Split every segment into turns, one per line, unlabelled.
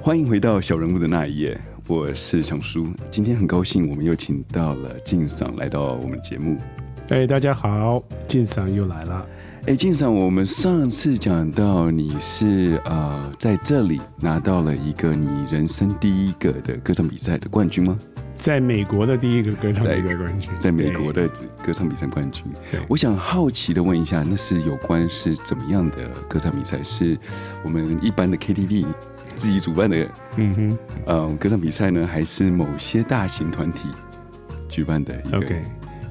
欢迎回到小人物的那一页，我是常叔。今天很高兴，我们又请到了静赏来到我们节目。
哎、大家好，晋赏又来了。
哎，静赏，我们上次讲到你是呃在这里拿到了一个你人生第一个的歌唱比赛的冠军吗？
在美国的第一个歌唱
在
比赛冠军，
在美国的歌唱比赛冠军
对。
我想好奇的问一下，那是有关是怎么样的歌唱比赛？是我们一般的 KTV 自己主办的
对，嗯哼
呃歌唱比赛呢，还是某些大型团体举办的一个
，OK，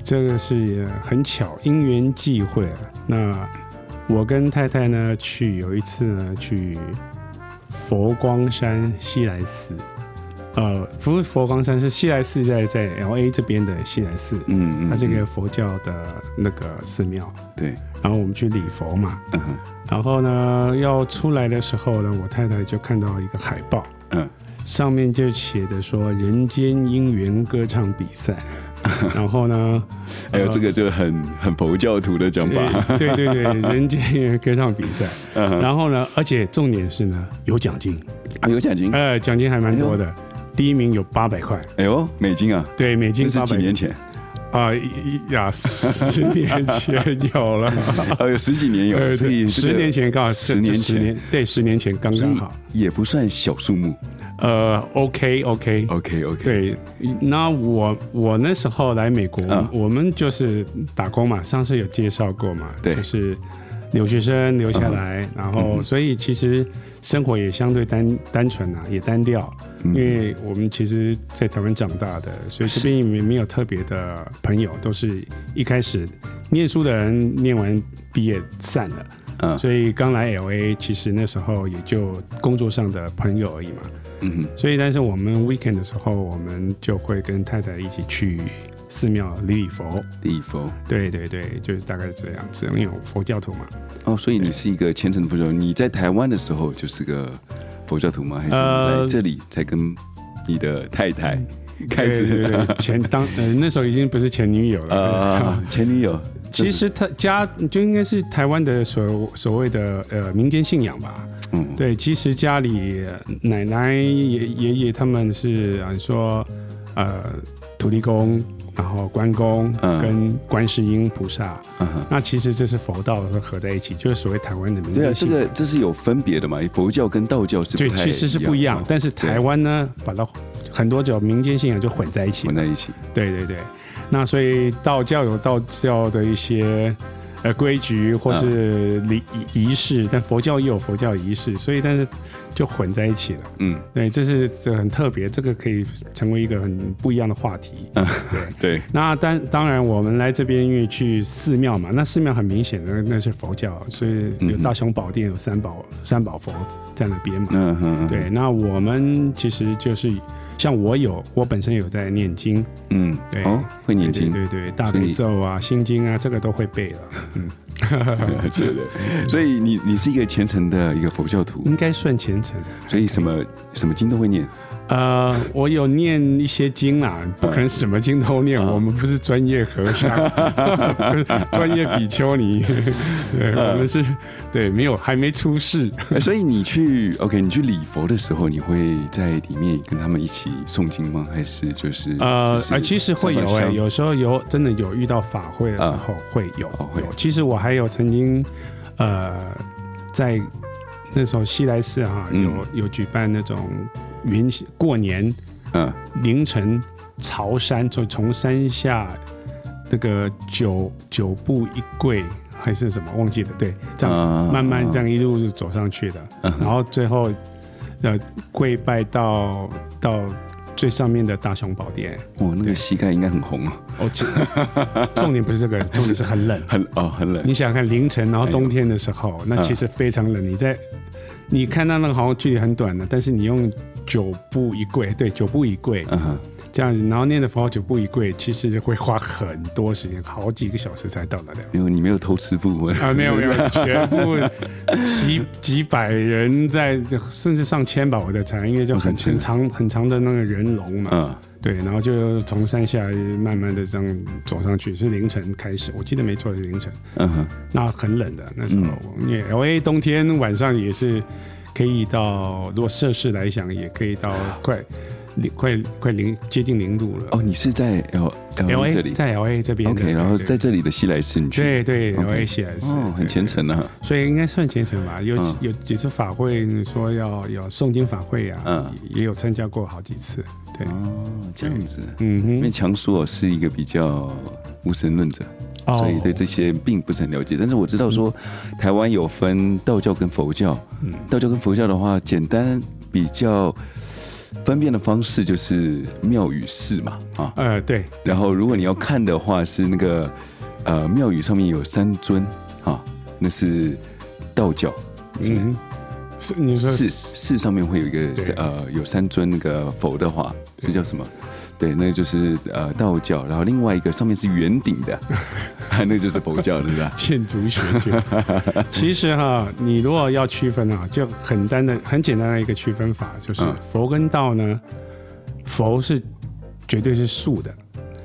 这个是呃很巧，因缘际会啊。那我跟太太呢，去有一次呢，去佛光山西来寺，呃，不是佛光山，是西来寺在在 L A 这边的西来寺，
嗯嗯，
它是一
嗯
个佛教的那个寺庙。
对，
然后我们去礼佛嘛，
嗯哼
然后呢，要出来的时候呢，我太太就看到一个海报，
嗯，
上面就写着说“人间姻缘歌唱比 赛”，然后呢，
还有
呃
哎这个就很很佛教徒的讲法，
呃对 对对，人间姻缘歌唱比赛，
嗯哼
然后呢，而且重点是呢，有奖金，
啊有奖金，
呃，奖金还蛮多的，第一名有八百块，
哎呦美金啊，
对，美
这
金
是
八
几
百
年 前，
啊，一一呀，十年前 有了，
呃有十几年有，
呃，
所以这个
对，十年前刚好，
十
这这
年前
十年，对，十年前刚
所
刚
以
好，
也不算小数目
呃，OK OK，
，OK OK，
对，那我我那时候来美国，
嗯
我们就是打工嘛，上次有介绍过嘛，
对嗯
就是留学生留下来，然后所以其实生活也相对单单纯啊，也单调，
嗯
因为我们其实在台湾长大的，所以这边也没没有特别的朋友，都是一开始念书的人念完毕业散了，
嗯
所以刚来 L A，其实那时候也就工作上的朋友而已嘛，
嗯哼
所以，但是我们 weekend 的时候，我们就会跟太太一起去寺庙礼礼佛。
礼佛
对对对，就是大概这样子，因为我佛教徒嘛。
哦，所以你是一个虔诚的佛教徒。你在台湾的时候就是个佛教徒吗？还是
呃嗯
来这里才跟你的太太开
对
始？
对对前当呃那时候已经不是前女友了。
呃，前女友，
其实他家就应该是台湾的所所谓的呃民间信仰吧。
嗯，
对，其实家里呃奶奶、爷爷爷他们是啊说呃土地公，然后关公
嗯
跟观世音菩萨。
嗯哼
那其实这是佛道和合在一起，就是所谓台湾的民
对啊，
间
这
信仰。
个这是有分别的嘛？佛教跟道教是
对，
不太
其实是不一样
的，
但是台湾呢，把它很多种民间信仰就混在一起
混
了。
在一起。
对对对，那所以道教有道教的一些呃规矩或是
啊
礼仪仪式，但佛教也有佛教仪式，所以但是就混在一起了。
嗯，
对，这是这很特别，这个可以成为一个很不一样的话题。
啊对，
那当当然，我们来这边因为去寺庙嘛，那寺庙很明显的那是佛教，所以有大雄宝殿，有三宝三宝佛在那边嘛。
嗯哼，
对，那我们其实就是像我有，我本身有在念经，
嗯，
对
哦，会
对
念
对
经，
对对，大悲咒啊、心经啊，这个都会背了，
了解的。所以你你是一个虔诚的一个佛教徒，
应该算虔诚。
所以什么什么经都会 念。
呃，我有念一些经啦，不可能什么经都
啊
念，我们不是专业和 尚，不是专业比丘尼，对，我们是，对，没有还没出世，
呃所以你去 OK，你去礼佛的时候，你会在里面跟他们一起诵经吗？还是就是
呃
只，是
呃，其实会有
上上
哎、
香
有时候有真的有遇到法会的时候会有、
哦会有
有。其实我还有曾经呃，在那时候西来寺哈、
嗯
有有举办那种元宵过年
嗯
凌晨朝山，就从山下那个九九步一跪还是什么忘记了，对，这样
啊嗯
慢慢这样一路是走上去的，然后最后呃跪拜到到最上面的大雄宝殿。
哇，那个膝盖应该很红哦，
哦，其重点不是这个，重点是很冷。
很哦很冷
你想想看凌晨，然后冬天的时候，那其实非常冷。你在你看到那个好像距离很短的，但是你用九步一跪，对，九步一跪
嗯哼
这样子，然后念的佛号九步一跪，其实会花很多时间，好几个小时才到得了。
因为你没有偷吃不闻
啊，没有没有，全部几几百人在，甚至上千吧，我在猜，因为就
上
很
千
很长很长的那个人龙嘛。
嗯
对，然后就从山下慢慢的这样走上去，是凌晨开始，我记得没错是凌晨，
嗯哼嗯
那很冷的那时候，因为 L A 冬天晚上也是可以到，如果摄氏来讲，也可以到快零快快零接近零度了。
啊哦，你是在 L
L
L A 这
A
里
在 L A 这边的
，OK，然后
对
在这里的西来市区，
对对 L
OK
A 写来是
哦，很虔，诚啊，
对对所以应该算虔诚吧。有
嗯
有几次法会你说要要诵经法会啊
嗯，
也有参加过好几次。对，
哦，这样子，
嗯
因为
哼，
强叔哦是一个比较无神论者，
哦
所以对这些并不是很了解。但是我知道说，台湾有分道教跟佛教。
嗯
道教跟佛教的话，简单比较分辨的方式就是庙宇寺嘛，啊，
呃对，
然后如果你要看的话，是那个呃庙宇上面有三尊啊，那是道教。是不是
嗯哼，是你说
寺寺上面会有一个
对
呃有三尊那个佛的话，
对
这叫什么？对，那就是呃道教，然后另外一个上面是圆顶的， 那就是佛教，对 吧？
建筑学界。 其实哈，你如果要区分啊，就很单的、很简单的一个区分法，就是
嗯
佛跟道呢，佛是绝对是素的，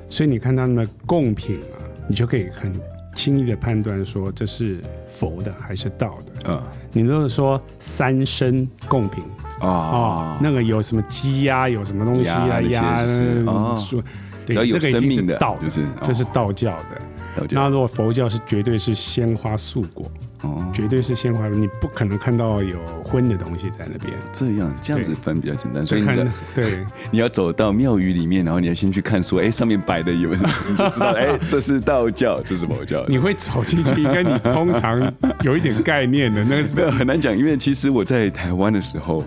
所以你看他们的贡品啊，你就可以很轻易的判断说这是佛的还是道的。
嗯
你如果说三牲贡品哦
啊，，
那个有什么鸡呀、有什么东西啊，
鸭
鸭
那些就是
嗯
哦
树，
只
对
要有
这个已
生
经是
命的，
道
就
的，
是哦
这是道教的。
道教
那如果佛教是绝对是鲜花素果，
哦，
绝对是鲜花，你不可能看到有荤的东西在那边。
这样这样子分比较简单，所
这
以你
很
的
对，
你要走到庙宇里面，然后你要先去看说，哎，上面摆的有什么，你就 知道，哎，这是道教，这是佛教。
你会走进去，跟你通常有一点概念 的那个
没
是
有很难讲，因为其实我在台湾的时候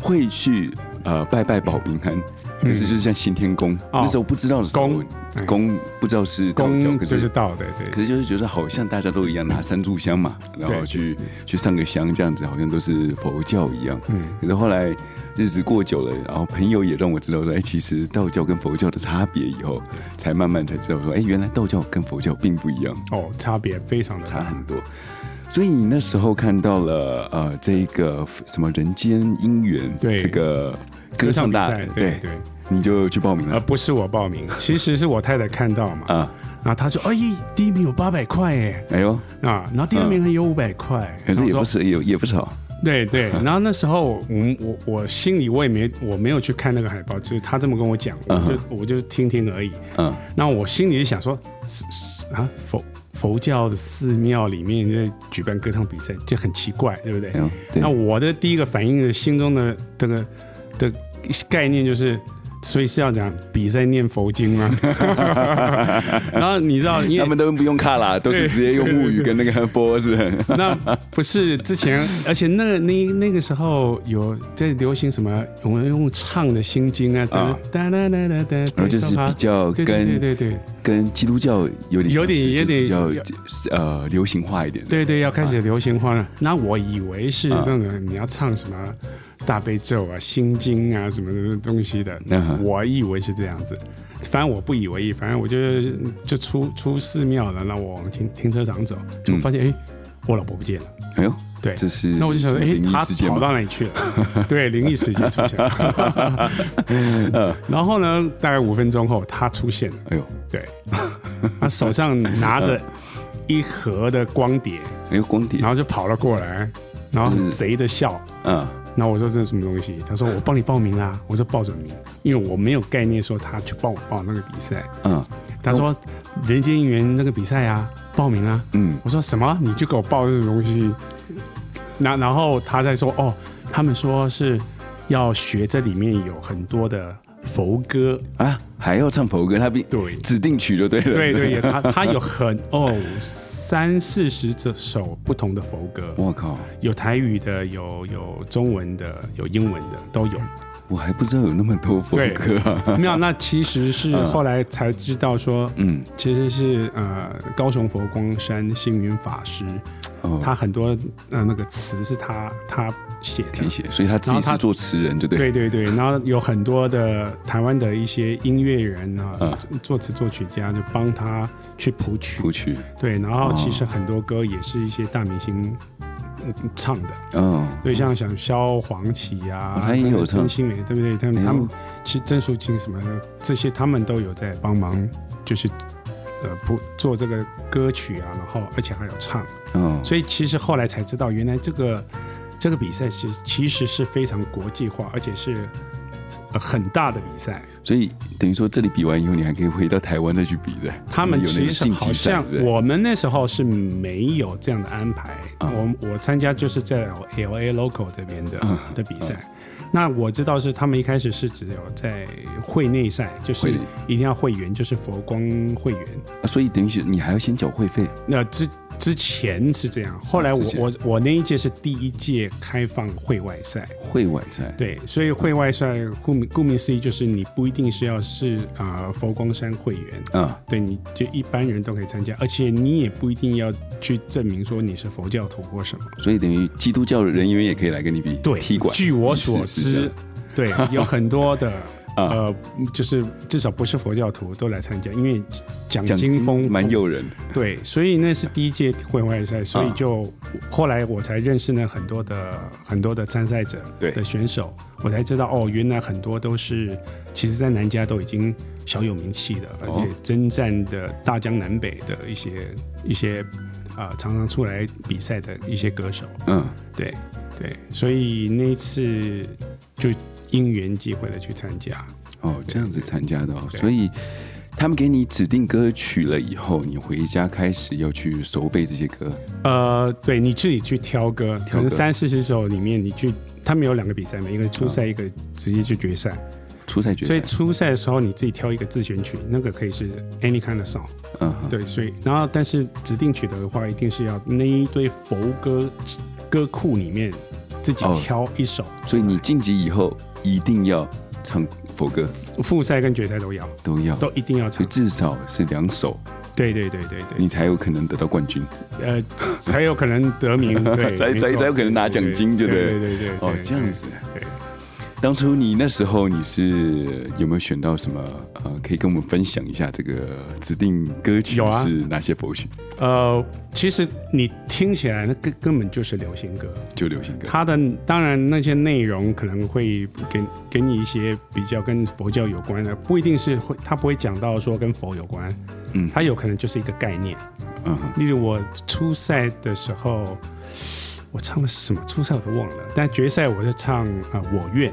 会去呃拜拜保平安，可是就是像行天宫，那时候不知道的时候，
嗯哦宫哎
宫不知道是道教，
公
可
就是是 道的，对
可是就是觉得好像大家都一样拿三炷香嘛，然后
对
去去上个香这样子，好像都是佛教一样。嗯，可是后来日子过久了，然后朋友也让我知道说，哎，其实道教跟佛教的差别以后，才慢慢才知道说，哎，原来道教跟佛教并不一样，
哦，差别非常的
差
大。
很多。所以你那时候看到了呃这一个什么人间姻缘，
对
这个歌唱
比
大
赛，对对，
你就去报名
而
了
不是我报 名，其实是我太太看到嘛，
啊，
然后她说：“哎，第一名有八百块耶，
哎呦，
啊，然后第二名还有五百块。”
可是也
然后
不
说
是也也不少，
对对，然后那时候我
嗯
我我我心里我也没我没有去看那个海报，就是他这么跟我讲，我
嗯
就、
哼
我就听听而已。
嗯，
那我心里就想说，是是啊佛佛教的寺庙里面在举办歌唱比赛，就很奇怪，对不对
哎？呦，对
那，我的第一个反应的心中的这个的概念就是。所以是要讲比赛念佛经吗？ 然后你知道，因为
他们都不用卡啦，都是直接用木语跟那个播，是不是？
那不是之前，而且那那那个时候有在流行什么，我们用唱的《心经》啊，
啊
哒哒哒哒哒，
然后就是比较
对对对
跟
对对
跟基督教有点
有点
相似就是
有
比较呃流行化一点。
对对，要开始流行化了。那我以为是那
啊
种你要唱什么大悲咒啊、心经啊什么什么东西的
嗯哼，
我以为是这样子。反正我不以为意，反正我就就出出寺庙了，那我往停停车场走，就发现哎、我老婆不见了。
哎呦，
对，
这是
那我就想说，
什么
哎、
灵异
他
事件
跑
吗？
到哪 里去了？对，灵异事件出现了。
嗯
然后呢，大概五分钟后，他出现了。
哎呦，
对，他手上拿着
嗯
一盒的光碟，
哎呦，光
然
碟，
后就跑了过来，然后很贼的笑。
嗯，
然后我说这是什么东西？他说我帮你报名啦。我说报什么名？因为我没有概念说他去帮我报那个比赛。
嗯
他说人间姻缘那个比赛啊，报名啊。
嗯，
我说什么？你就给我报这种东西？然然后他在说哦，他们说是要学这里面有很多的佛歌，
啊，还要唱佛歌，他被
对
指定曲就对了。
对对，也他他有很哦三四十这首不同的佛歌，
我靠，
有台语的，有有中文的，有英文的都有。
我还不知道有那么多佛歌啊。
没有，那其实是后来才知道说，
嗯，
其实是呃高雄佛光山星云法师，
哦，
他很多呃那个词是他他写的
填。写，所以他自
然
己
后他
是做词人，对不对？
对对对，然后有很多的台湾的一些音乐人啊，作词作曲家就帮他去谱曲，
嗯谱曲，
对，然后
哦
其实很多歌也是一些大明星嗯唱的，
哦，
对，像像萧煌奇啊，
哦他也有唱
曾心梅，对不对？他
哎
们
呦
他们其实曾淑清什么的这些，他们都有在帮忙，就是呃谱做这个歌曲啊，然后而且还有唱，
哦，
所以其实后来才知道，原来这个这个比赛其实其实是非常国际化，而且是呃很大的比赛。
所以等于说这里比完以后，你还可以回到台湾再去比的。
他们
嗯有那
其
个
实
晋
好
级赛
像
对不对
我们那时候是没有这样的安排。
啊
我我参加就是在 L A local 这边的、
嗯
的比赛。那我知道是他们一开始是只有在会内赛，就是
会内
一定要会员，就是佛光会员。
啊所以等于是你还要先缴会费，
那之之前是这样，后来
啊
我、
之前
我我那一届是第一届开放会外赛，
会晚赛。
对，所以会外赛顾名顾名思义就是你不一定是要是啊、呃佛光山会员，
啊，
对，你就一般人都可以参加，而且你也不一定要去证明说你是佛教徒或什么。
所以等于基督教人员也可以来跟你比
对，
踢馆。
据我所
是是这
知
样，
对，有很多的。
啊
呃，就是至少不是佛教徒都来参加，因为奖
奖
金
金
丰富
蛮诱人，
对，所以那是第一届会外赛，所以就、后来我才认识了很多的很多的参赛者
对
的选手，我才知道哦，原来很多都是其实在南加都已经小有名气的，而且征战的大江南北的一些一些啊、呃常常出来比赛的一些歌手，
嗯，
对对，所以那一次就因缘际会的去参加，
哦，这样子参加的哦，
对
所以他们给你指定歌曲了以后，你回家开始要去熟背这些歌，
呃，对，你自己去挑歌，
挑
可能
歌
三四十首里面，你去，他们有两个比赛嘛，一个是初赛，一个直接去决赛。
初赛决
所以
赛，
初赛的时候，你自己挑一个自选曲，那个可以是 any kind of song。
嗯哼，
对，所以然后但是指定曲的话，一定是要那一堆佛歌歌库里面自己
哦
挑一首，
所以你晋级以后一定要唱佛歌，
复赛跟决赛都要，
都要，
都一定要
所
唱
以。至少是两首，
对对对对对，
你才有可能得到冠军。
呃，才有可能得名，对，
才
没错
才才有可能拿奖金
对
就对
对对对对，
哦，
对
这样，子。
对。
当初你那时候你是有没有选到什么？呃，可以跟我们分享一下这个指定歌曲
有啊
是哪些佛曲？
呃，其实你听起来那根根本就是流行歌，
就流行歌。
它的当然那些内容可能会给给你一些比较跟佛教有关的，不一定是会，它不会讲到说跟佛有关，
嗯
它有可能就是一个概念。
嗯哼，
例如我初赛的时候，我唱的是什么？初赛我都忘了，但决赛我就唱啊、呃我愿，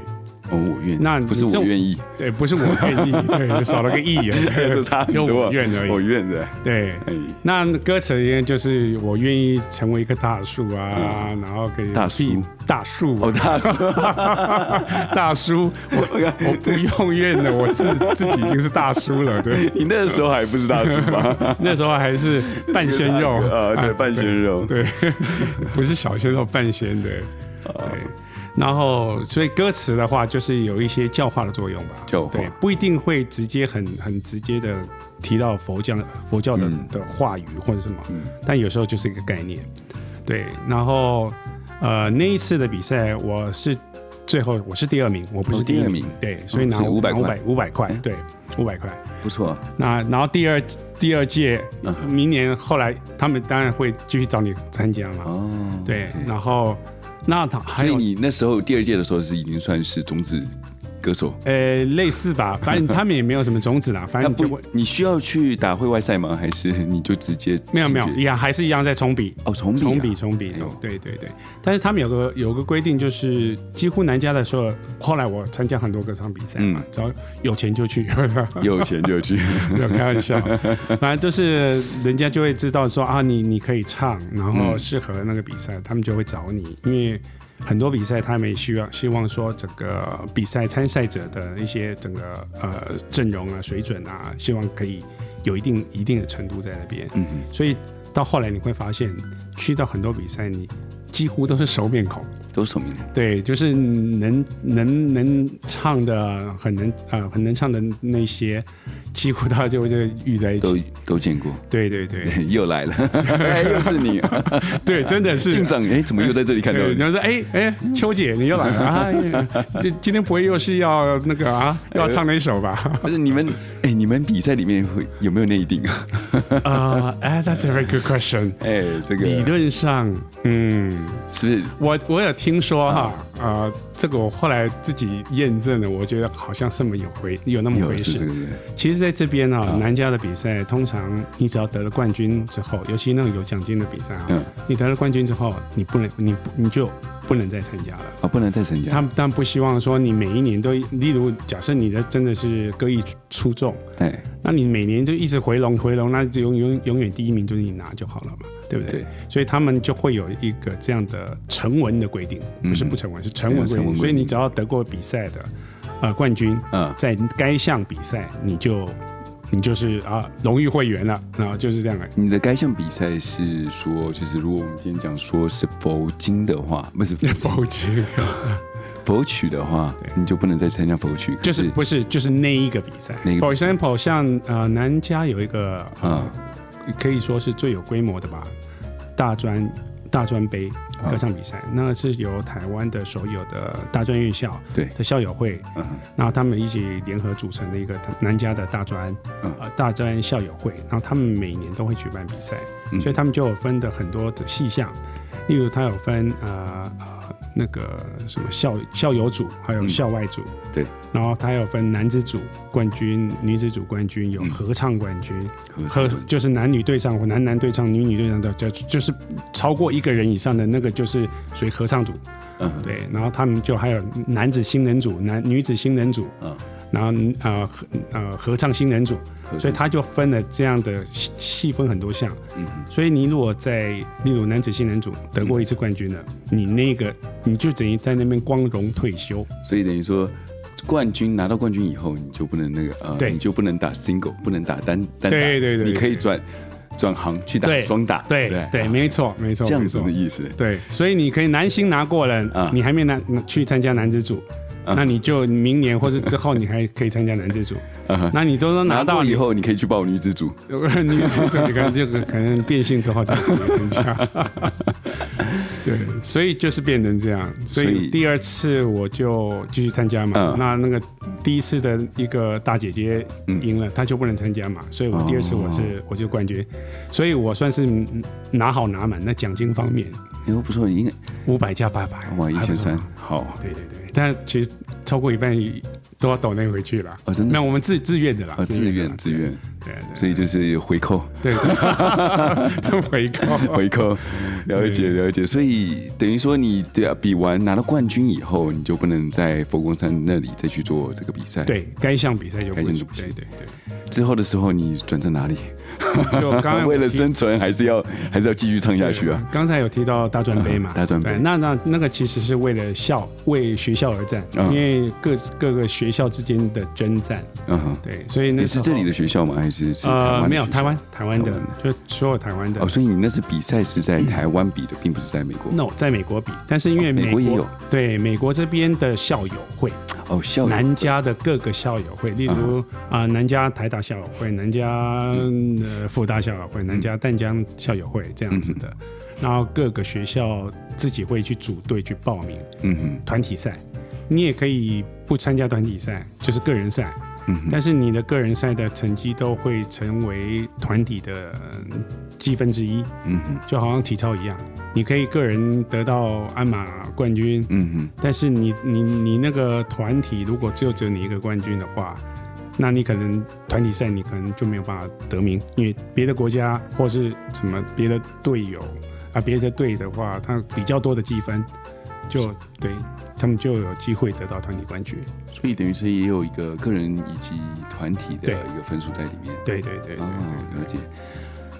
哦，我愿意，
那你
不是
这
我
种
愿意，
对，不是我愿意， 对，少了个意 啊，
就差很
就
多。
我愿而
我
已，
愿的，
对。
哎，
那歌词里面就是我愿意成为一棵大树啊，然后给
嗯大叔
地大树啊
哦，大叔，
大叔，我我不用怨了，我自自己已经是大叔了，对，
你那时候还不是大叔吧？
那时候还是半鲜肉
啊，对，
啊
半鲜肉，
对， 不是小鲜肉，半鲜的，
哦
对。然后，所以歌词的话，就是有一些教化的作用吧。
教化
对，不一定会直接很很直接的提到佛教佛教的、
嗯
的话语或者什么，
嗯
但有时候就是一个概念。对，然后呃，那一次的比赛，我是最后我是第二名，我不
哦
是第一
第二
名，
名
对，所以
哦
拿
所以
五
500
五
块
百五百块
哎，
对，五百块。
不错，
那然后第二第二届
嗯，哼
明年后来他们当然会继续找你参加嘛。
哦，
对
OK，
然后那他
所
还
以
有
你那时候第二届的时候是已经算是种子歌手，
呃类似吧，反正他们也没有什么种 子啦，反
那
正就
不
会，
你需要去打会外赛吗？还是你就直接
没有没有
直接
一样，还是一样在重比。
哦，重比啊
重比重比
哎呦，
对对对，但是他们有个有个规定，就是几乎南加的时候，后来我参加很多歌唱比赛嘛
嗯，
只要有钱就去，
有钱就去，
没有开玩笑，反正就是人家就会知道说啊，你你可以唱，然后
嗯
适合那个比赛，他们就会找你，因为很多比赛他们也需要希望说整个呃比赛参赛者的一些整个呃阵容啊、水准啊，希望可以有一定一定的程度在那边，
嗯哼，
所以到后来你会发现，去到很多比赛你。几乎都是熟面孔，
都是重比。
对，就是能能能唱的很能啊、很能唱的那些，几乎他就就遇在一起
都。都见过，
对对对
又来了， 哎又是你，
对，真的 是
进。长，哎，怎么又在这里看到
啊 对，
你？
就是哎哎，秋姐你又来 了啊！这今天不会又是要那个啊，要唱那一首吧？
不是你们，哎，你们比赛里面会有没有内定啊？
啊，哎，That's a very good question。
哎，这个
理论上，嗯，
是不是？
我我有听说哈，啊，这个我后来自己验证了，我觉得好像是没有回有那么
有
回
是这
事
个。
其实，在这边啊，南加的比赛，通常你只要得了冠军之后，尤其那种有奖金的比赛啊
嗯，
你得了冠军之后，你不能，你不你就不能再参加了。
啊，不能再参加
他。们但不希望说你每一年都，例如假设你的真的是歌艺出出众，
哎，
那你每年就一直回笼回笼，那就永永永远第一名就是你拿就好了嘛，对不对？
对，
所以他们就会有一个这样的成文的规定，
嗯哎
不是不成文，是成文规
成文
定。
规定
所以你只要得过比赛的呃冠军，
啊，
在该项比赛你就你就是啊荣誉会员了，然后就是这样而已。
你的该项比赛是说，就是如果我们今天讲说是佛经的话，不 是
否极
佛曲的话，
对
你就不能再参加佛曲，可
就是不是就是那一个比赛。
那个
For example，像呃南加有一个呃
啊，
可以说是最有规模的吧，大专大专杯
啊
歌唱比赛，那是由台湾的所有的大专院校
对
的校友会，
嗯哼
然后他们一起联合组成的一个南加的大专
嗯
呃大专校友会，然后他们每年都会举办比赛，
嗯
所以他们就有分的很多的细项，例如他有分呃呃那个什么校校友组，还有
嗯
校外组，
对，
然后他有分男子组冠军、女子组冠军，有
嗯
合唱冠军，
合
和
唱
就是男女对唱或男男对唱、女女对唱的，就就是超过一个人以上的那个就是属于合唱组，
嗯哼
对，然后他们就还有男子新人组、男女子新人组，
嗯
然后呃合呃合唱新人组，
合
所以
唱
他就分了这样的细细分很多项。
嗯哼
所以你如果在例如男子新人组得过一次冠军的，你那个你就等于在那边光荣退休。
所以等于说。冠军拿到冠军以后，你就不能那个呃，
对
你就不能打 single，不能打单单打，
对对对
你可以
对
转转行去打
对
双打，
对
不
对，没错没错，
这样
没
子
错
的。意思，
对，所以你可以男星拿过了，
啊
你还没拿去参加男子组，
啊
那你就明年或是之后你还可以参加男子组。
啊
那你都能拿
拿
到
到以
你，
后，你可以去报女子组，
你这个这个可能变性之后再可以参 加。对，所以就是变成这样，所
所
以
以
第二次我就继续参加嘛
嗯。
那那个第一次的一个大姐姐赢了，她就不能参加嘛，所以我第二次我
哦
是我就冠军，所以我算是拿好拿满。那奖金方面，
哎呦不错，应该
五百加八百，
哇一
还不
千
错
三，好
对对对，但其实超过一半都要抖内回去了。
哦真的
那我们自自愿的啦
啊，，自
的
愿
啦
自，愿，
对对
所以就是回扣，
对 对，都回购。
回扣，了解了解。所以等于说你对啊，比完拿到冠军以后，你就不能在佛光山那里再去做这个比赛。，
对该项比赛就
哎该
不
项就，
行
不行
对对对，
之后的时候你转战哪里？
就刚 刚
为了生存，还是要还是要继续唱下去啊。！
刚才有提到大专杯嘛，
大专杯
对那那那个其实是为了校为学校而战，
嗯
因为各各个学校之间的征战，
嗯哼，
对，所以那
你
时
是
候
这里的学校吗？还是是
呃没有
台
台
湾
湾台湾的
台湾，
就所有台湾
的学
的
校？哦，所以你那次比赛是在台湾比的，并不是在美国。
no 在美国比，但是因为
哦美
美
国也有
对美国这边的校友会，
哦，校园
南加的各个校友会，例如啊、南加台大校友会、南加呃复大校友
嗯
会、南加淡江校友会这样子的，然后各个学校自己会去组队去报名
嗯哼
团体赛，你也可以不参加团体赛，就是个人赛，
嗯哼，
但是你的个人赛的成绩都会成为团体的呃积分之一，
嗯哼，
就好像体操一样，你可以个人得到鞍马冠军，
嗯哼。
但是你你你那个团体如果只有只有你一个冠军的话，那你可能团体赛你可能就没有办法得名，因为别的国家或是什么别的队友啊，别的队的话，他比较多的积分，就对他们就有机会得到团体冠军。
所以等于是也有一个个人以及团体的
对
一个分数在里面。
对对对对
哦，
对
了解。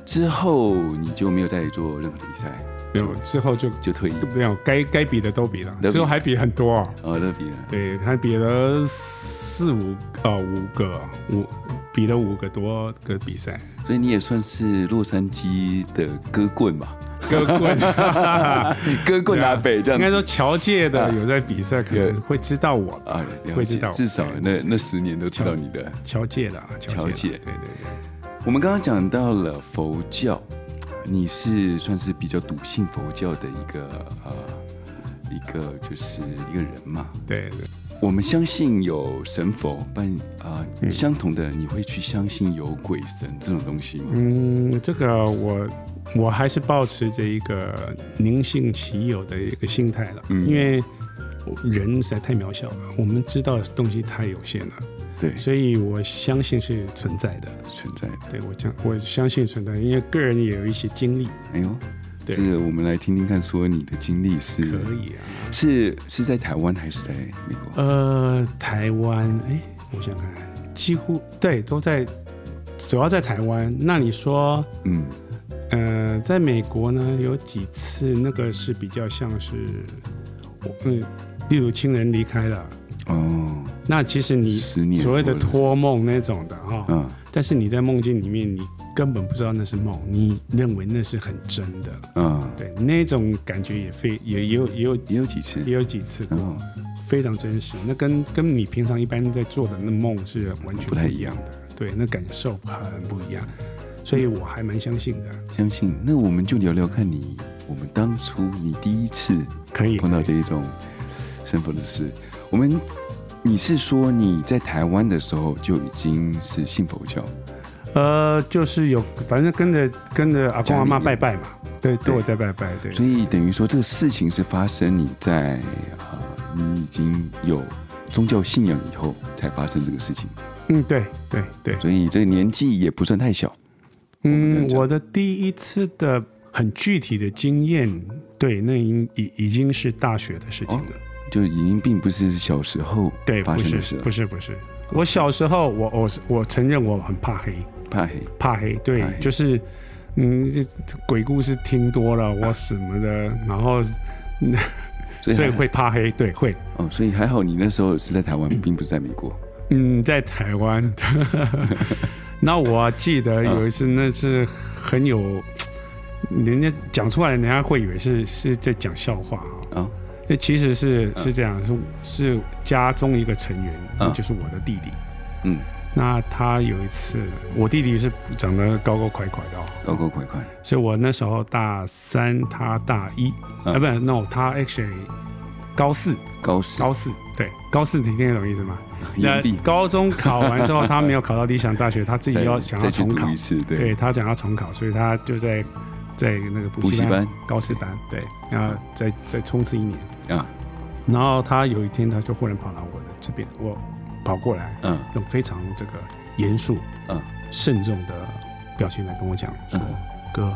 之后你就没有再做任何的比赛，
对，有之后就
就退役。
没有该该比的都比了
都，比
之后还比很多、哦。
哦，乐比了。
对，还比了四五哦五个五比了五个多个比赛，
所以你也算是洛杉矶的歌棍 吧，
各 棍，
歌棍阿北这
应
样
该
子。
说侨界的有在比赛，可能会知道我
啊，了
会
解
知道
至少那那十年都知道你的。
侨界的啊，
侨界
界的，对对
我们刚刚讲到了佛教，你是算是比较笃信佛教的一个呃一个就是一个人嘛？
对对对，
我们相信有神佛，但啊、
嗯
相同的你会去相信有鬼神这种东西吗？
嗯，这个我我还是保持着一个宁信其有的一个心态了，
嗯
因为人实在太渺小了，我们知道的东西太有限了，
对，
所以我相信是存在的，
存在的。
对我相我相信存在，因为个人也有一些经历。
哎呦，
对
这个我们来听听看，说你的经历是
可以啊。
是是在台湾还是在美国？
呃，台湾，哎，我想看看，几乎对都在，主要在台湾。那你说，
嗯，
呃，在美国呢，有几次那个是比较像是，我嗯，例如亲人离开了，
哦，
那其实你
十年
所谓的
多了，
托梦那种的哈、
嗯
但是你在梦境里面，你根本不知道那是梦，你认为那是很真的，
嗯，
对，那种感觉也非也也有也有
也有几次，
也有几次过。
哦，
非常真实，那跟跟你平常一般在做的那梦是完全
不太
一样的，对，那感受很不一样，所以我还蛮相信的。
相信。那我们就聊聊看你，我们当初你第一次
可以
碰到这一种生佛的事，我们。你是说你在台湾的时候就已经是信佛教？
呃，就是有，反正跟着跟着阿公阿妈
家
拜
里
拜嘛，对，
对
对我在拜拜，对，
所以等于说，这个事情是发生你在啊、呃你已经有宗教信仰以后才发生这个事情，
嗯，对对对，
所以这个年纪也不算太小。
嗯，
我
我的第一次的很具体的经验，对，那已已已经是大学的事情了，
就已经并不是小时候
对，
哦发
不
生
是
的事了
不，是不是，我小时候，我我我承认我很怕黑，
怕黑，
怕黑，对
怕黑，
就是，嗯，这这鬼故事听多了，我什 么的，然后
所以
所以
还
会怕黑，对，会，
哦，所以还好你那时候是在台湾，并不是在美国。
嗯，在台 湾，那我记
嗯
得有一次，那是很有，人家讲出来，人家会以为是是在讲笑话啊、
啊、
那其实是
嗯
是这样，是是家中一个成员，
嗯
就是我的弟弟。
嗯，
那他有一次，我弟弟是长得高高快快的哦，
高高快快，
所以我那时候大三，他大一，
嗯
啊，不，no，他 actually 高四，
高四，
高四，对，高四，你听得懂意思吗？
硬币，
高中考完之后，他没有考到理想大学，他自己
再
要想要
再去
重考
读一，次，对，
对他想要重考，所以他就在在那个补
补习
习班
班
高四班，对，然后再再冲刺一年，
啊，
然后他有一天他就忽然跑到我的这边，我跑过来，
嗯
用非常这个严肃、
嗯
慎重的表情来跟我讲
嗯，：“
说哥，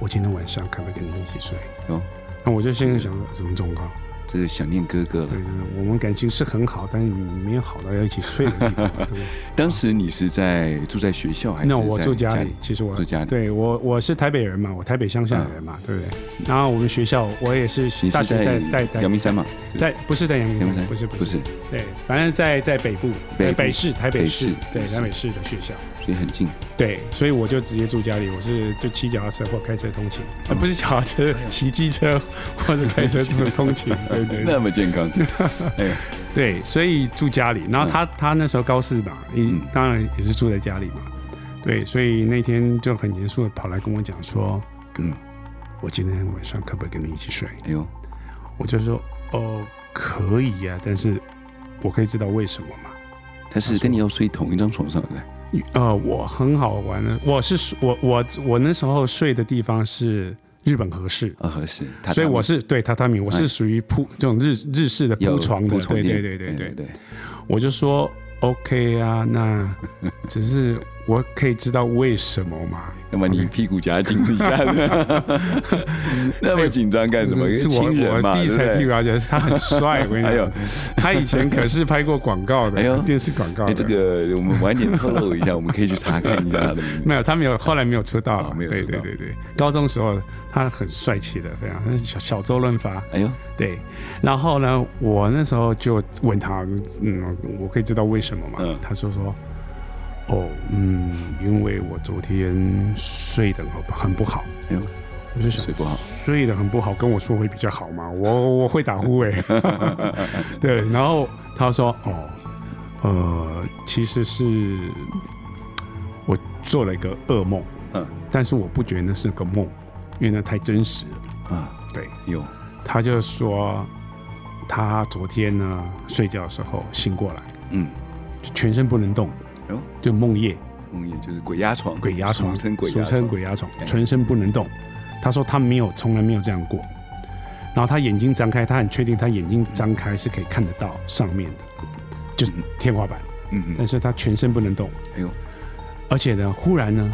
我今天晚上可不可以跟你一起睡
哟，？”
那我就现在想说，什么状况？
这是想念哥哥了
对，。就是我们感情是很好，但是没有好到要一起睡的地步。对
当时你是在住在学 校还是
那
在？
我住家里
里，，嗯
其实我
住家里。
对我我是台北人嘛，我台北乡下人嘛，对不对？然后我们学校我也是
嗯你
大
是
学在在
阳
在
明山嘛？
在不是在阳明
阳明山
山，不是不
不
是
是，
对，反正在在北部，
北
呃
部
北市台北市
北市，
对
北市
台北市的学校，
所以很近。
对，所以我就直接住家里，我是就骑脚踏车或开车通 勤，啊，不是脚踏车，骑机车或者开车通通勤，对 对对
那么健 康，
对，所以住家里。然后他、他那时候高四吧，一、
嗯
当然也是住在家里嘛，对，所以那天就很严肃的跑来跟我讲说，
嗯，
我今天晚上可不可以跟你一起睡？
哎呦，
我就说，哦，可以呀、但是我可以知道为什么吗？
他是跟你要睡同一张床上的，
呃，我很好玩的，我是我我我那时候睡的地方是日本和室，
啊，合适。榻榻米
所以我是对榻榻米，我
哎
是属于铺这种日日式的
要
铺床的，
铺床
对对
垫，
对对
哎
对，
对，
我就说 OK 啊，那只是我可以知道为什么嘛？
要么你屁股夹紧一下， 那么紧张干什么？
哎是我
亲人
我
嘛，对
弟
不
才
对
屁股，而且他很帅，我跟你
哎呦
讲，他以前可是拍过广告的，
哎呦
电视广告
哎，这
的。
个我们晚点透露一下，我们可以去查看一下他的名字。
没有，他没有，后来没有出道了
啊，没有
对
出
对
道
对对，高中时候他很帅气的，非常小小周润发，
哎呦，
对。然后呢，我那时候就问他，嗯，我可以知道为什么吗？
嗯
他说说，哦，嗯，因为我昨天睡得很不好。
哎呦
我就想
睡不好
睡得很不好，跟我说会比较好吗？我我会打呼哎、 对，然后他说哦，呃，其实是我做了一个噩梦，
嗯
但是我不觉得那是个梦，因为那太真实了。
啊，
对，
哎呦，
他就说他昨天呢睡觉的时候醒过来，
嗯，
就全身不能动
哎呦，
就梦魇。
梦魇就是鬼压床，
嗯鬼压床，
俗称鬼
俗
压
称
床，
鬼压床
哎，
全身不能动。他说他没有，从来没有这样过。然后他眼睛张开，他很确定他眼睛张开是可以看得到上面的，就是天花板，
嗯
但
嗯，
是他全身不能动。
哎呦，
而且呢，忽然呢，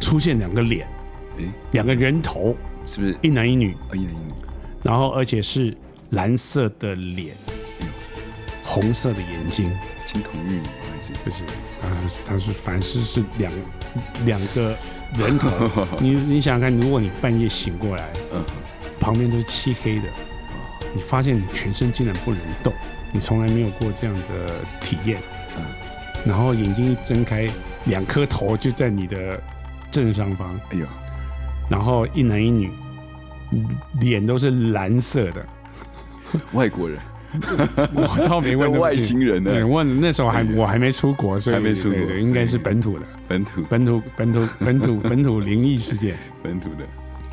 出现两个脸
哎，
两个人头，
是不是？
一男一女，
啊，一男一女，
然后而且是蓝色的脸，红色的眼睛，
金童玉女吗还是？
不是，他是他是凡是是两两个人头，你你想想看，如果你半夜醒过来，
嗯，
旁边都是漆黑的，你发现你全身竟然不能动，你从来没有过这样的体验。
嗯
然后眼睛一睁开，两颗头就在你的正上方，
哎呦，
然后一男一女，脸都是蓝色的。
外国人
我倒没问那么
外
近
星人呢
对，问那时候还
哎呀
我还没出国，所以
还没出国
对对
所以
应该是本土的，
本土
本土本土 本土本土灵异事件。
本土的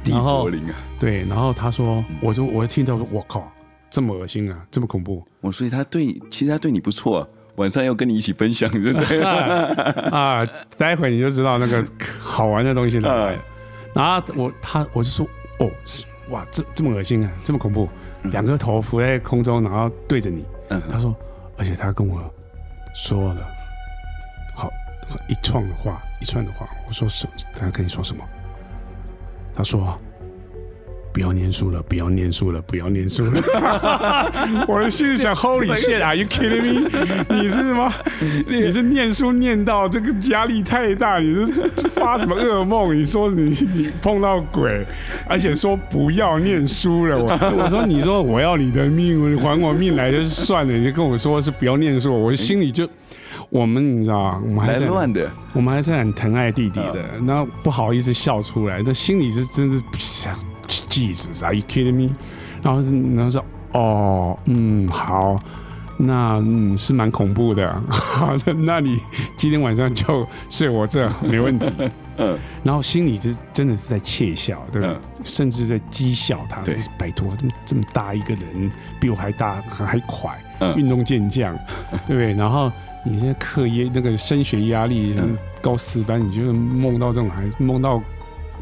地
然后
柏林啊，
对，然后他说，我就我听到说，我靠，这么恶心啊，这么恐 怖
我所以他对，其实他对你不错、啊，晚上要跟你一起分享，对 不对？
啊！待会你就知道那个好玩的东西了。
啊
然后我他我就说，哦，是哇，这这么恶心啊，这么恐怖，两个头浮在空中，然后对着你。
嗯
他说，而且他跟我说了好一串的话，一串的话。我说什？他跟你说什么？他说。不要念书了，不要念书了，不要念书了！ 我的心里想，Holy shit，Are you kidding me？你是什么？你是念书念到这个压力太大，你是发什么噩梦？你说你你碰到鬼，而且说不要念书了。我我说你说我要你的命，你还我命来就算了，你就跟我说是不要念书，我心里就。我们你知道吗，我们还
来
是很
乱的，
我们还是很疼爱弟弟的，
啊
然后不好意思笑出来，但心里是真的想，Jesus，Are you kidding me？然后是然后说，哦，嗯，好，那嗯是蛮恐怖的， 好的，那你今天晚上就睡我这没问 题。
嗯，
然后心里是真的是在窃笑，对吧？
嗯
甚至在讥笑他，
对
就是拜托，这么这么大一个人，比我还大还还快，
嗯
运动健将，对不对？然后你现在课业那个升学压力，
嗯
高四班，你就是梦到这种，还梦到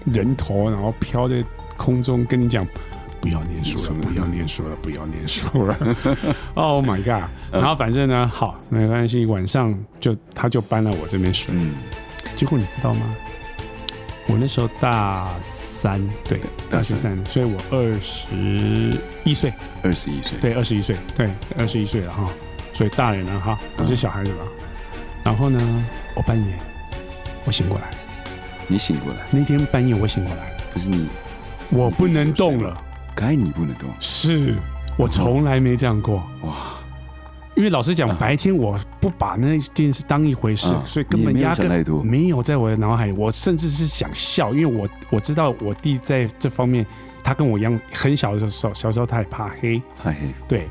人头，然后飘在空中，跟你讲。不要念书了，不要念书了，不要念 书了。oh my god！
嗯
然后反正呢，好，没关系，晚上就他就搬来我这边睡。
嗯，
结果你知道吗？我那时候大三，对，大
大
学
三
三，所以我二十一岁，
二十一岁，
对，二十一岁，对，二十一岁了哈，所以大人了哈，
嗯
不是小孩子了。然后呢，我半夜我醒过来，
你醒过来，
那天半夜我醒过来了，
可是你
我不能动了，
该你不能动，
是我从来没这样过。
哇，
因为老实讲，
啊
白天我不把那件事当一回事，
啊
所以根
你也
本
没有
压
想太多
根没有在我的脑海里。我甚至是想笑，因为我我知道我弟在这方面，他跟我一样，很小的时候，小时候他也怕黑，
太黑，
对。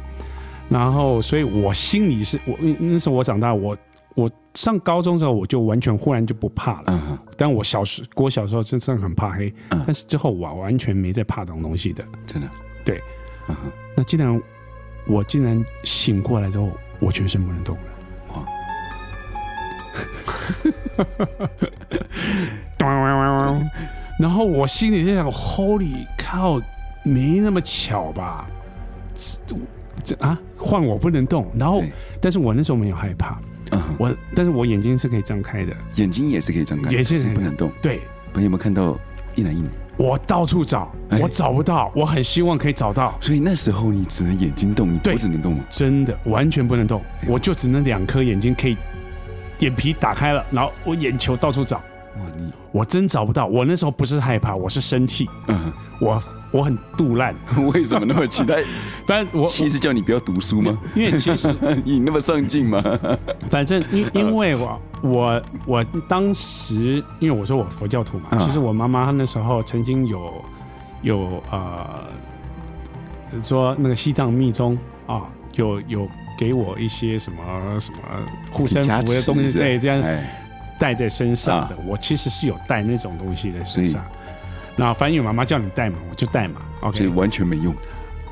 然后，所以我心里是我那那时候我长大，我我上高中的时候我就完全忽然就不怕了。
嗯
但我小时我小时候真正很怕黑，
嗯
但是之后我完全没再怕这种东西的。
哼，真的，
对，
嗯哼，
那竟然我竟然醒过来之后，我全身不能动了。
哇，
咚咚咚咚然后我心里就想，Holy 靠，没那么巧吧？这这啊，换我不能动。然后
对，
但是我那时候没有害怕，
嗯哼，
我但是我眼睛是可以张开的。
眼睛也是可以张开，
也是
可不能动，
对
朋友们看到一男一女，
我到处找，
哎
我找不到，我很希望可以找到，
所以那时候你只能眼睛动，你
对
脖子能动吗？
真的完全不能动，
哎呦
我就只能两颗眼睛可以，眼皮打开了，然后我眼球到处找，
哇，你，
我真找不到。我那时候不是害怕，我是生气，
嗯
我我很肚烂，
哼， 为什么那么期待？
但 我
其实叫你不要读书吗？
因为其实。
你那么上进吗？
反正因
嗯
因为我我我当时因为我说我佛教徒嘛，
啊
其实我妈妈她那时候曾经有有呃说那个西藏密宗啊，有有给我一些什么什么护身符的东西，对，这样
哎，
带在身上的。
啊
我其实是有带那种东西在身
所
上
以。
那反正有妈妈叫你带嘛，我就带嘛。OK，
所以完全没用，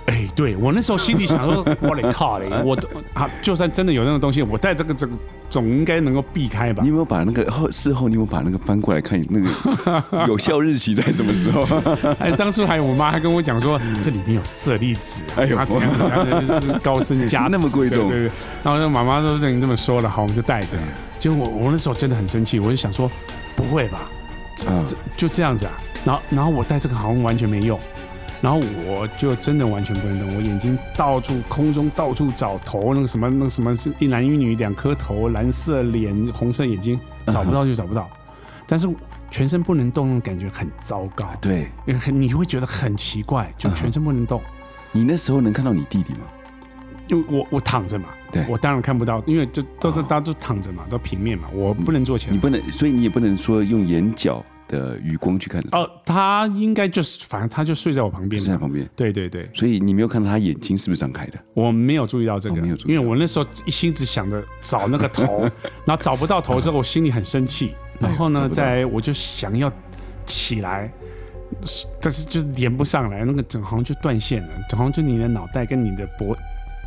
哎、对我那时候心里想 说，我的靠嘞，我啊，就算真的有那种东西，我带这个这个总应该能够避开吧
你。有没有把那个后事后你有没有把那个翻过来看那 个有效日期在什么时候？
哎，当初还有我妈还跟我 讲说，这里面有色粒子，
嗯哎呦
啊怎样怎样，就是高僧 加持
那么贵重嗯
对对对。然后那妈妈都这这么说了，好，我们就带着。结果我我那时候真的很生气，我就想说，不会吧，这
嗯
这就这样子啊？然后然后我戴这个好像完全没用，然后我就真的完全不能动，我眼睛到处空中到处找头，那个什么那个什么是一男一女两颗头，蓝色脸红色眼睛，
嗯
找不到就找不到，但是全身不能动，那种感觉很糟糕，
对
因为很你会觉得很奇怪，
嗯
就全身不能动。
你那时候能看到你弟弟吗？
因为我我躺着嘛，
对哦
我当然看不到，因为就都是大家都躺着嘛，都平面嘛，我不能坐起来
你。不能，所以你也不能说用眼角的余光去看着他，
哦，他应该就是，反正他就睡在我旁边
就在
嘛。
旁边，
对对对，
所以你没有看到他眼睛是不是张开的？
我没有注意到这个，
哦没有注意到
因为我那时候一心只想着找那个 头，然后找不到头之后，我心里很生气，然
哎
后
呦找不
呢，
到
在我就想要起来，但是就是连不上来，那个整好像就断线了，好像就你的脑袋跟你的脖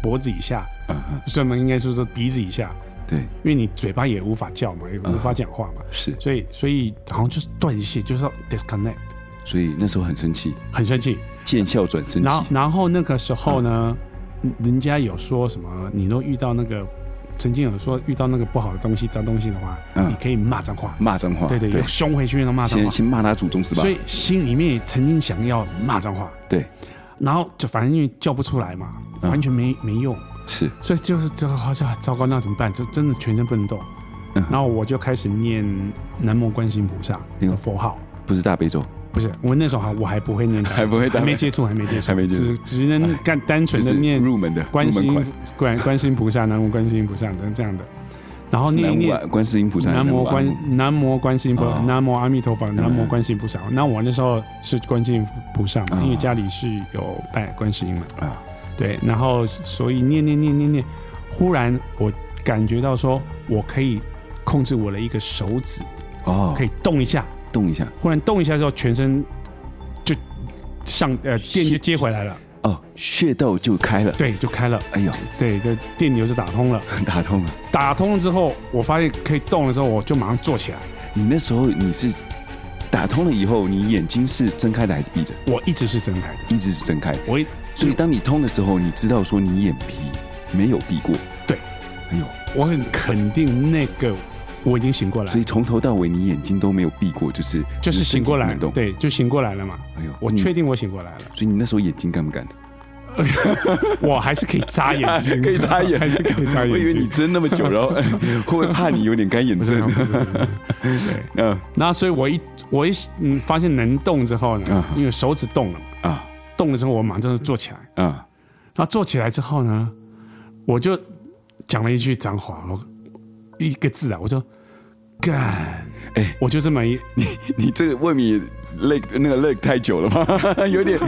脖子以下，
啊哈，
专门应该说说鼻子以下，
对，
因为你嘴巴也无法叫嘛，也无法讲话嘛，
是，
所以所以好像就是断线，就是要 disconnect，
所以那时候很生气，
很生气。
见笑转生气
然后，然后那个时候呢，人家有说什么，你都遇到那个，曾经有说遇到那个不好的东西、脏东西的话，
嗯
你可以骂脏话，
骂脏话，
对对，有凶回去那种骂脏
先
话，
先骂他祖宗是吧
所？以心里面也曾经想要骂脏话，
对，
然后就反正因为叫不出来嘛，
嗯
完全没没用，
是，
所以就是这个好像糟糕，那怎么办？这真的全身不能动。
嗯
然后我就开始念南无观世音菩萨
哎呦
的佛号，
不是大悲咒，
不是我那时候还我还不会念大悲咒，
还不会大
啊 还
悲
没接触，还没接触，
还没接触哎
只只能干单
就
纯的
是
念
入门的
观
入
世
门
音
款。
观观世音菩萨，南无观世音菩萨等这样的，然后
是
念一
南无
念
啊观世音菩萨，
南无
啊
观南无观世音菩萨
哦，嗯
南无阿弥陀佛，南无观世音菩萨。那我那时候是观世音菩萨嘛，
啊
因为家里是有拜观世音嘛，
啊，
对，然后所以念念念念念，忽然我感觉到说我可以控制我的一个手指，
哦，
可以动一下，
动一下，
忽然动一下之后，全身就上呃电
是
就接回来了，
哦，穴道就开了，
对，就开了，
哎呦，
对，这电流是打通了。
打通了。
打通了之后，我发现可以动了之后，我就马上坐起来。
你那时候你是打通了以后，你眼睛是睁开的还是闭着？
我一直是睁开的，
一直是睁开，
我一
所以当你通的时候，你知道说你眼皮没有闭过。
对，
哎呦，
我很肯定那个我已经醒过来
所，以从头到尾你眼睛都没有闭过，就是
就是醒过来，
只是身体不能动。
对，就醒过来了嘛。
哎呦，
我
你
确。定我醒过来了，
所以你那时候眼睛干不干？
我还是可以 眨眼睛，
嗯可以眨眼
还是可以眨眼睛。
我以为你睁那么久，然后 会不会怕你有点干眼
不是
症
不？是，不是不是对。
嗯
那所以我一我一嗯发现能动之后呢，
嗯
因为手指动了嘛，
啊
动了之后我马上就坐起来，
啊！
然后坐起来之后呢，我就讲了一句脏话，我一个字啊，我说干，
哎
我就这么一
你这个未免累那个累太久了吧？ 有点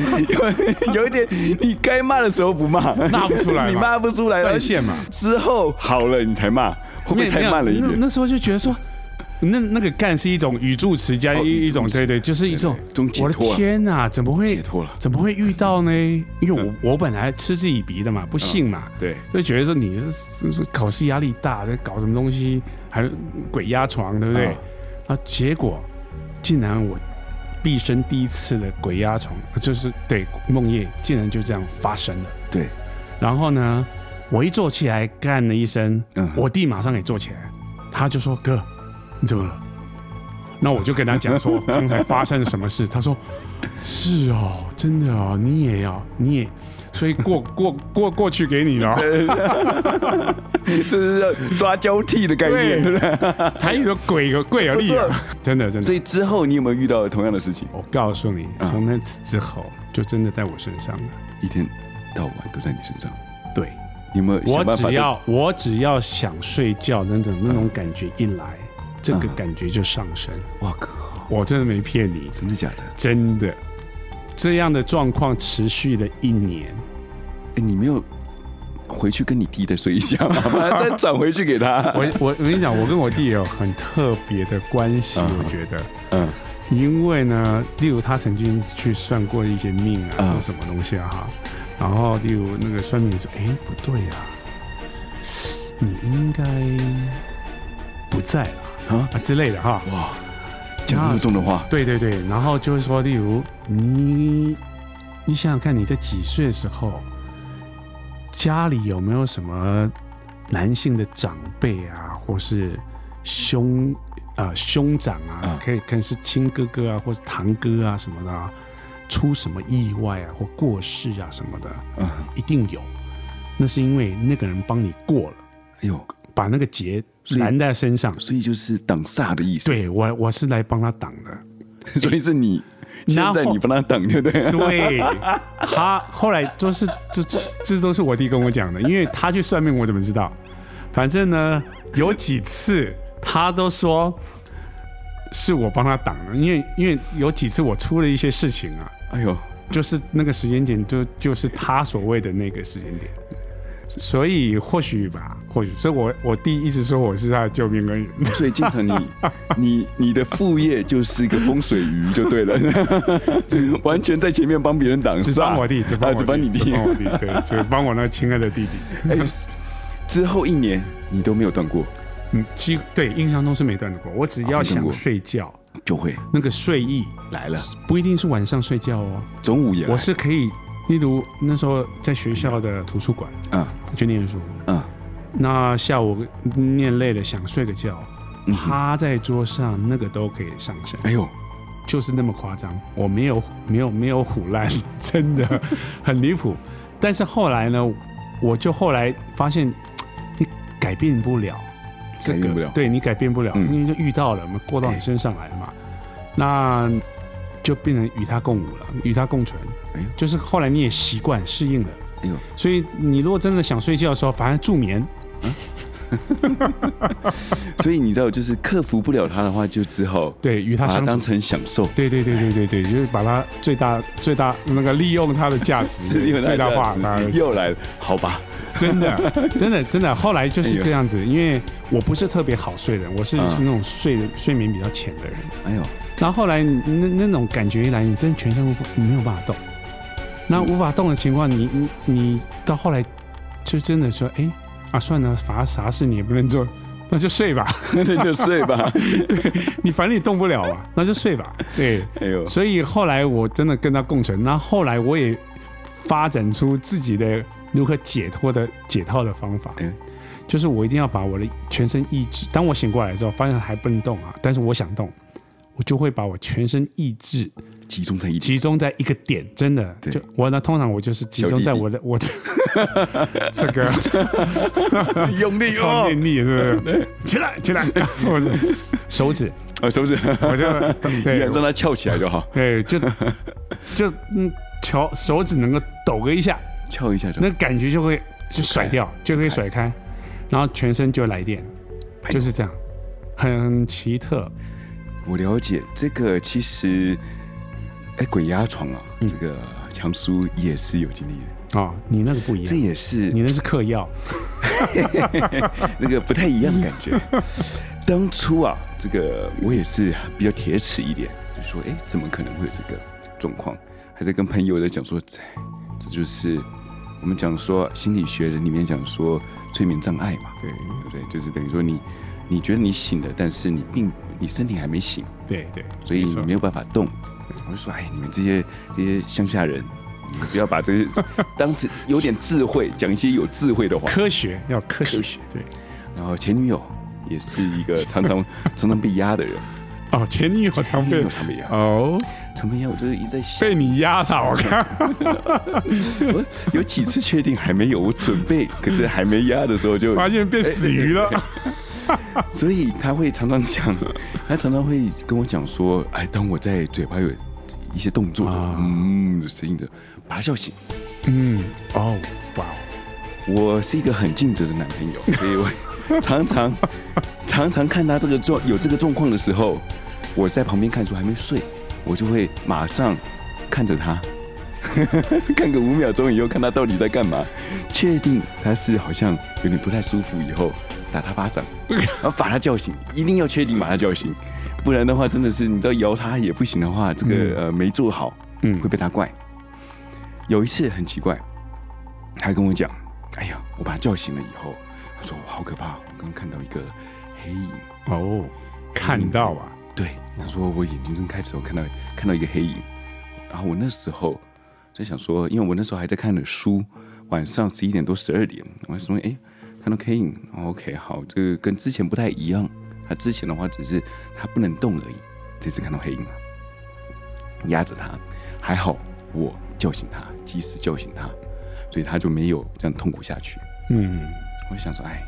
有有一点，你该骂的时候不骂，
骂不出来嘛
你骂不出来，
断
而且
线嘛，
之后好了你才骂，会不会太慢了一
没有
点
那？那时候就觉得说。那那个干是一种语助词加
哦
一一种
语助词
对对，就是一种
对对一种解脱啊
我的天哪，怎么
解
会
脱嗯了，
怎么会遇到呢？因为我我本来嗤之以鼻的嘛，不信嘛，
对，
就觉得说你是是是考试压力大，在搞什么东西，还是鬼压床，对不对？
啊
啊，结果竟然我毕生第一次的鬼压床，就是对梦魇，竟然就这样发生了。
对，
然后呢，我一坐起来，干了一声，
嗯
我弟马上也坐起来，他就说：“哥，你怎么了？”那我就跟他讲说刚才发生了什么事，他说：“ 是哦，真的哦，你也要，你也，所以过过过过去给你了。”
就是要抓交替的概念，对不对？
台语的鬼有鬼有力啊
不！
真的真
所
的，
以之后你有没有遇到同样的事情？
我告诉你，
啊
从那次之后就真的在我身上了。
一天到晚都在你身上，
对
你有没有
我
想办法
只？要我只要想睡觉等等那种感觉一来，
啊
这个感觉就上升。
哇靠，
我真的没骗你，
真的假的？哎
真的。这样的状况持续了一年，，
哎你没有回去跟你弟再睡一下吗？ 把它再转回去给他。
我我我跟你讲，我跟我弟有很特别的关系，
嗯
我觉得，
嗯，
因为呢，例如他曾经去算过一些命啊，
嗯
或什么东西啊哈，然后例如那个算命说，哎，不对啊，你应该不在了
啊
啊之类的哈，
哇，讲那么重的话，
对对对，然后就是说，例如你，你想想看，你在几岁的时候，家里有没有什么男性的长辈啊，或是兄呃兄长啊，
啊
可以可能是亲哥哥啊，或是堂哥啊什么的啊，出什么意外啊或过世啊什么的，
嗯
一定有。那是因为那个人帮你过了，
哎呦，
把那个劫
所以
缠在身上。
所以就是挡煞的意思，
对我，我是来帮他挡的。
所以是你现
然后
在你帮他挡，对不对？
对，他后来就是这这这都是我弟跟我讲的，因为他去算命，我怎么知道？反正呢，有几次他都说是我帮他挡的，因为因为有几次我出了一些事情啊，
哎呦，
就是那个时间点就就是他所谓的那个时间点。所以或许吧，或许，所以我我弟一直说我是他的救命恩人，
所以经常 你你你的副业就是一个风水鱼就对了， 完全在前面帮别人挡煞，
只帮 我弟，只帮
啊
我
只帮你
只
弟
帮，我弟，对，只帮我那亲爱的弟弟。
哎，之后一年你都没有断过，
嗯，其对印象中啊是没断过。我只要想睡觉，
就会
那个睡意
来 了，
不一定是晚上睡觉哦，
中午也来，
我是可以，例如那时候在学校的图书馆
嗯
去念书，
嗯，
那下午念累了想睡个觉，
嗯哼
趴在桌上那个都可以上升，
哎呦，
就是那么夸张。我没有没有没有虎烂，真的很离谱。但是后来呢，我就后来发现你改变不了。这
改
个
变不了
对你改变不了，
嗯
因为就遇到了嘛，过到你身上来了嘛，那就变成与他共舞了，与他共存。
哎呦
就是后来你也习惯适应了，
哎呦，
所以你如果真的想睡觉的时候，反而助眠，
所以你知道，就是克服不了他的话，就只好
对，与他
把它
相
当
处。
成享受。
对对对对对对，就是把它最大最大那个利用它的价 值，
因为
最大化
价值
它的
又来了，好吧？
真的，真的，真的。后来就是
哎呦
这样子，因为我不是特别好睡的人，我是
嗯
是那种睡的睡眠比较浅的人。
哎呦，
然后后来你那那种感觉一来，你真的全身无法，你没有办法动。那无法动的情况，你你你到后来就真的说，哎、啊算了，反正啥事你也不能做，那就睡吧。
那就睡吧。
你反正你动不了啊，那就睡吧。对，
哎呦，
所以后来我真的跟他共存。那后来我也发展出自己的如何解脱的解套的方法
嗯，
就是我一定要把我的全身意志，当我醒过来之后，发现还不能动啊，但是我想动，我就会把我全身意志
集中在一起，
集中在一个点，真的，
对
就我呢，通常我就是集中在我的我的 这个
用力哦，
靠念力，是不是？起来，起来，我 的手指，
啊，手指，
我就对
让它翘起来就好，
对，哎 就就嗯，瞧手指能够抖个一下，
翘一下就好。
那感觉就会就甩掉，就可以甩开，然后全身就来电，
哎呦
就是这样，很奇特。
我了解这个，其实，哎，鬼压床啊，这个强叔也是有经历的，
哦，你那个不一
这
样，
也是
你那是嗑药，
那个不太一样的感觉。 当初啊，这个我也是比较铁齿一点，就说，哎，怎么可能会有这个状况？还在跟朋友在讲说，这这就是我们讲说心理学里面讲说催眠障碍嘛，
对
对不对？就是等于说你你觉得你醒了，但是你并你身体还没醒，
对对，
所以
没
你
错
没有办法动。我就说，哎，你们这些这些乡下人，你们不要把这些 当成有点智慧，讲一些有智慧的话。
科学要科
科
学
学，
对。
然后前女友也是一 个常常常常被压的人，
哦，前女友常
前女
被
友常被压，
哦
常被压，我就是一直在想，
被你压到，我看
我有几次确定还没有，我准 备可是还没压的时候就，
发现变死鱼了。
所以他会常常 讲，他常常会跟我讲说，哎，当我在嘴巴有一些动作，
啊
嗯的声音的，把他笑醒。
嗯，哦，哇哦，
我是一个很尽责的男朋友，所以我常常常常看他这个状有这个状况的时候，我在旁边看书还没睡，我就会马上看着他， 看个五秒钟以后，看他到底在干嘛，确定他是好像有点不太舒服以后，打他巴掌，然后把他叫醒，一定要确定把他叫醒，不然的话真的是你知道摇他也不行的话，这个呃没做好，
嗯
会被他怪。有一次很奇怪，他跟我讲：“哎呀，我把他叫醒了以后，他说好可怕，我刚刚看到一个黑影。
哦，看到啊，”
对，他说我眼睛睁开之后看到看到一个黑影，然后我那时候就想说，因为我那时候还在看着书，晚上十一点多十二点，我就说：“哎，看到黑影哦，OK，好，这个跟之前不太一样。”他之前的话只是他不能动而已，这次看到黑影了，压着他，还好我叫醒他，及时叫醒他，所以他就没有这样痛苦下去。
嗯，
我就想说，哎，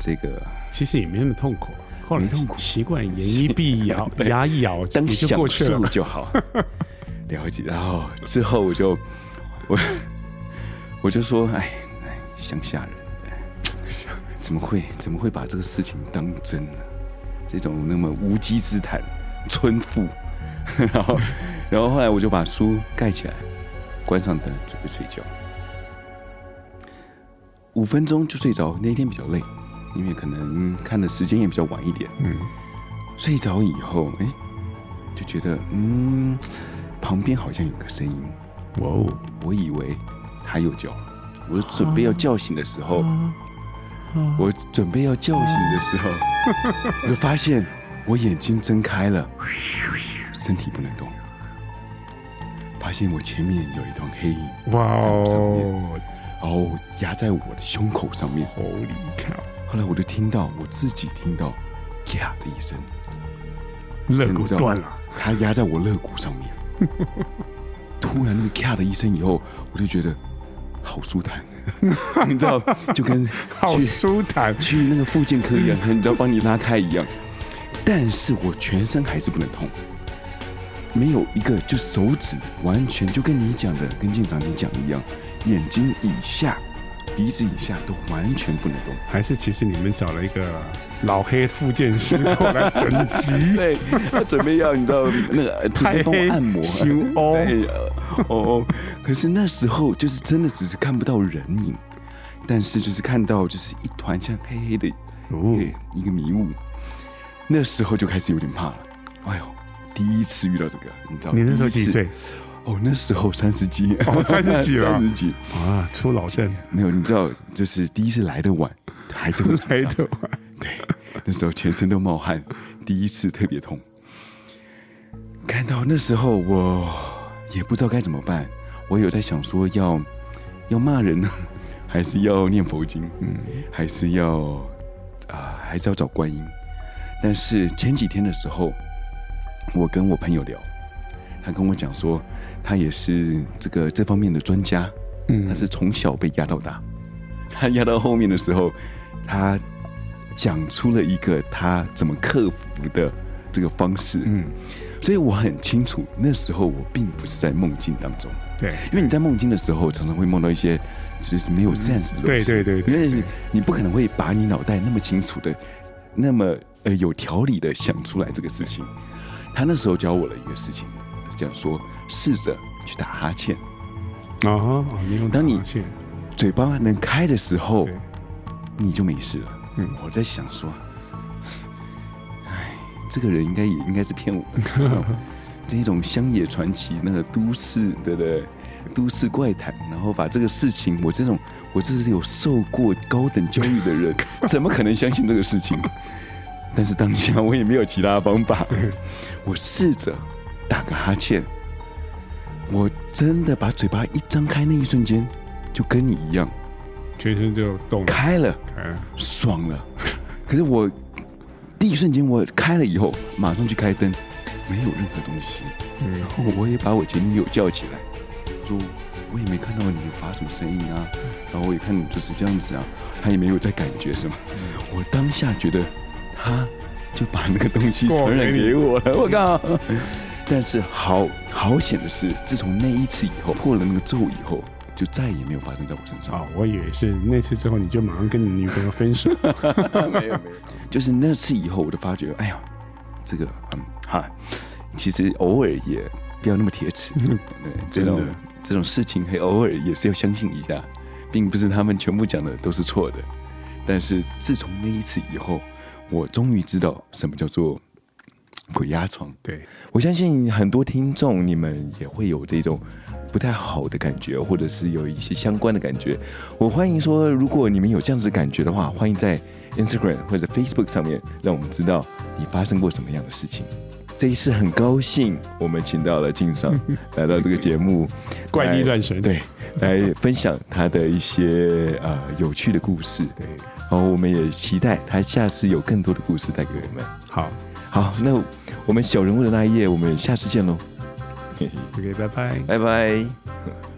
这个
其实也没那么痛苦。后来
没痛苦
习惯眼一闭咬
对
牙一咬
当
也就
享
过去了
受。就好。 了解，然后之后我就我我就说，哎哎，乡下人，哎，怎么会怎么会把这个事情当真呢、这种那么无稽之谈，村妇。 然后然后后来我就把书盖起来，关上灯，准备睡觉。五分钟就睡着，那一天比较累，因为可能看的时间也比较晚一点。
嗯，
睡着以后，哎，就觉得嗯，旁边好像有个声音，
哇哦，
我以为他又叫，我准备要叫醒的时候，我准备要叫醒的时候，我就发现我眼睛睁开了，身体不能动，发现我前面有一团黑影，
哇
上
哦
面然后压在我的胸口上面，
，Holy cow，
后来我就听到我自己听到咔的一声，
肋
你
骨
知道
断了，
它压在我肋骨上面。 突然那个咔的一声以后，我就觉得好舒坦， 你知道，就跟
好
去
舒坦。
去那个复健科一样，你知道帮你拉开一样。但是我全身还是不能痛，没有一个就手指完全就跟你讲的，跟舰长你讲的一样，眼睛以下、鼻子以下都完全不能动。
还是其实你们找了一个老黑复健师过来整集，
对， 他准备要你知道那个准备帮我按摩
太黑修哦
对哦哦。可是那时候就是真的只是看不到人影，但是就是看到就是一团像黑黑的
哦
对一个迷雾，那时候就开始有点怕了。哎呦，第一次遇到这个，你知道？
你那时候
第一
几
次？
岁？
哦，那时候三十几，
哦三十几了
三十几，
啊，出老症，
没有，你知道，就是第一次来的晚，还是很紧张
来的晚
对， 那时候全身都冒汗，第一次特别痛。看到那时候我也不知道该怎么办，我有在想说要要骂人呢，还是要念佛经，嗯，还是要啊、还是要找观音。但是前几天的时候，我跟我朋友聊，他跟我讲说，他也是这个这方面的专家，
嗯
他是从小被压到大， 他压到后面的时候，他讲出了一个他怎么克服的这个方式，
嗯，
所以我很清楚那时候我并不是在梦境当中，
对，
因为你在梦境的时候常常会梦到一些就是没有 sense 的东
嗯对
西，
对对对
因为你不可能会把你脑袋那么清楚的、那么呃有条理的想出来这个事情。他那时候教我了一个事情，这样说：试着去打哈欠，
啊哈，哦你用
嗯当你哦
打哈欠
嘴巴能开的时候
对，
你就没事了。
嗯
我在想说， 哎，这个人应该也应该是骗我的。这种乡野传奇，那个都市，对不对？都市怪谈，然后把这个事情，我这种我这是有受过高等教育的人，怎么可能相信这个事情？但是当下我也没有其他方法，我试着打个哈欠，我真的把嘴巴一张开那一瞬间，就跟你一样
全身就动了，
开了。
开了，
爽了。可是我第一瞬间我开了以后，马上去开灯，没有任何东西。
嗯
然后我也把我前女友叫起来，说我也没看到你有发什么声音啊，然后我也看你就是这样子啊，她也没有在感觉什么。我当下觉得她就把那个东西
过
传
给
染
你
给我了，我靠！但是好好险的是，自从那一次以后破了那个咒以后，就再也没有发生在我身上。
哦，我以为是那次之后你就马上跟你女朋友 分手，
没有没有，就是那次以后，我就发觉，哎呀，这个嗯哈，其实偶尔也不要那么铁齿，对，这种
嗯真的
这种事情还偶尔也是要相信一下，并不是他们全部讲的都是错的。但是自从那一次以后，我终于知道什么叫做鬼压床。
对，
我相信很多听众你们也会有这种不太好的感觉，或者是有一些相关的感觉。我欢迎说，如果你们有这样子的感觉的话，欢迎在 Instagram 或者 Facebook 上面让我们知道你发生过什么样的事情。这一次很高兴，我们请到了静上来到这个节目，
怪力
来
乱神，
对，来分享他的一些呃有趣的故事。
对，
然后我们也期待他下次有更多的故事带给我们。
好
好，那我们小人物的那一页，我们下次见喽，
，OK，拜拜。
拜拜。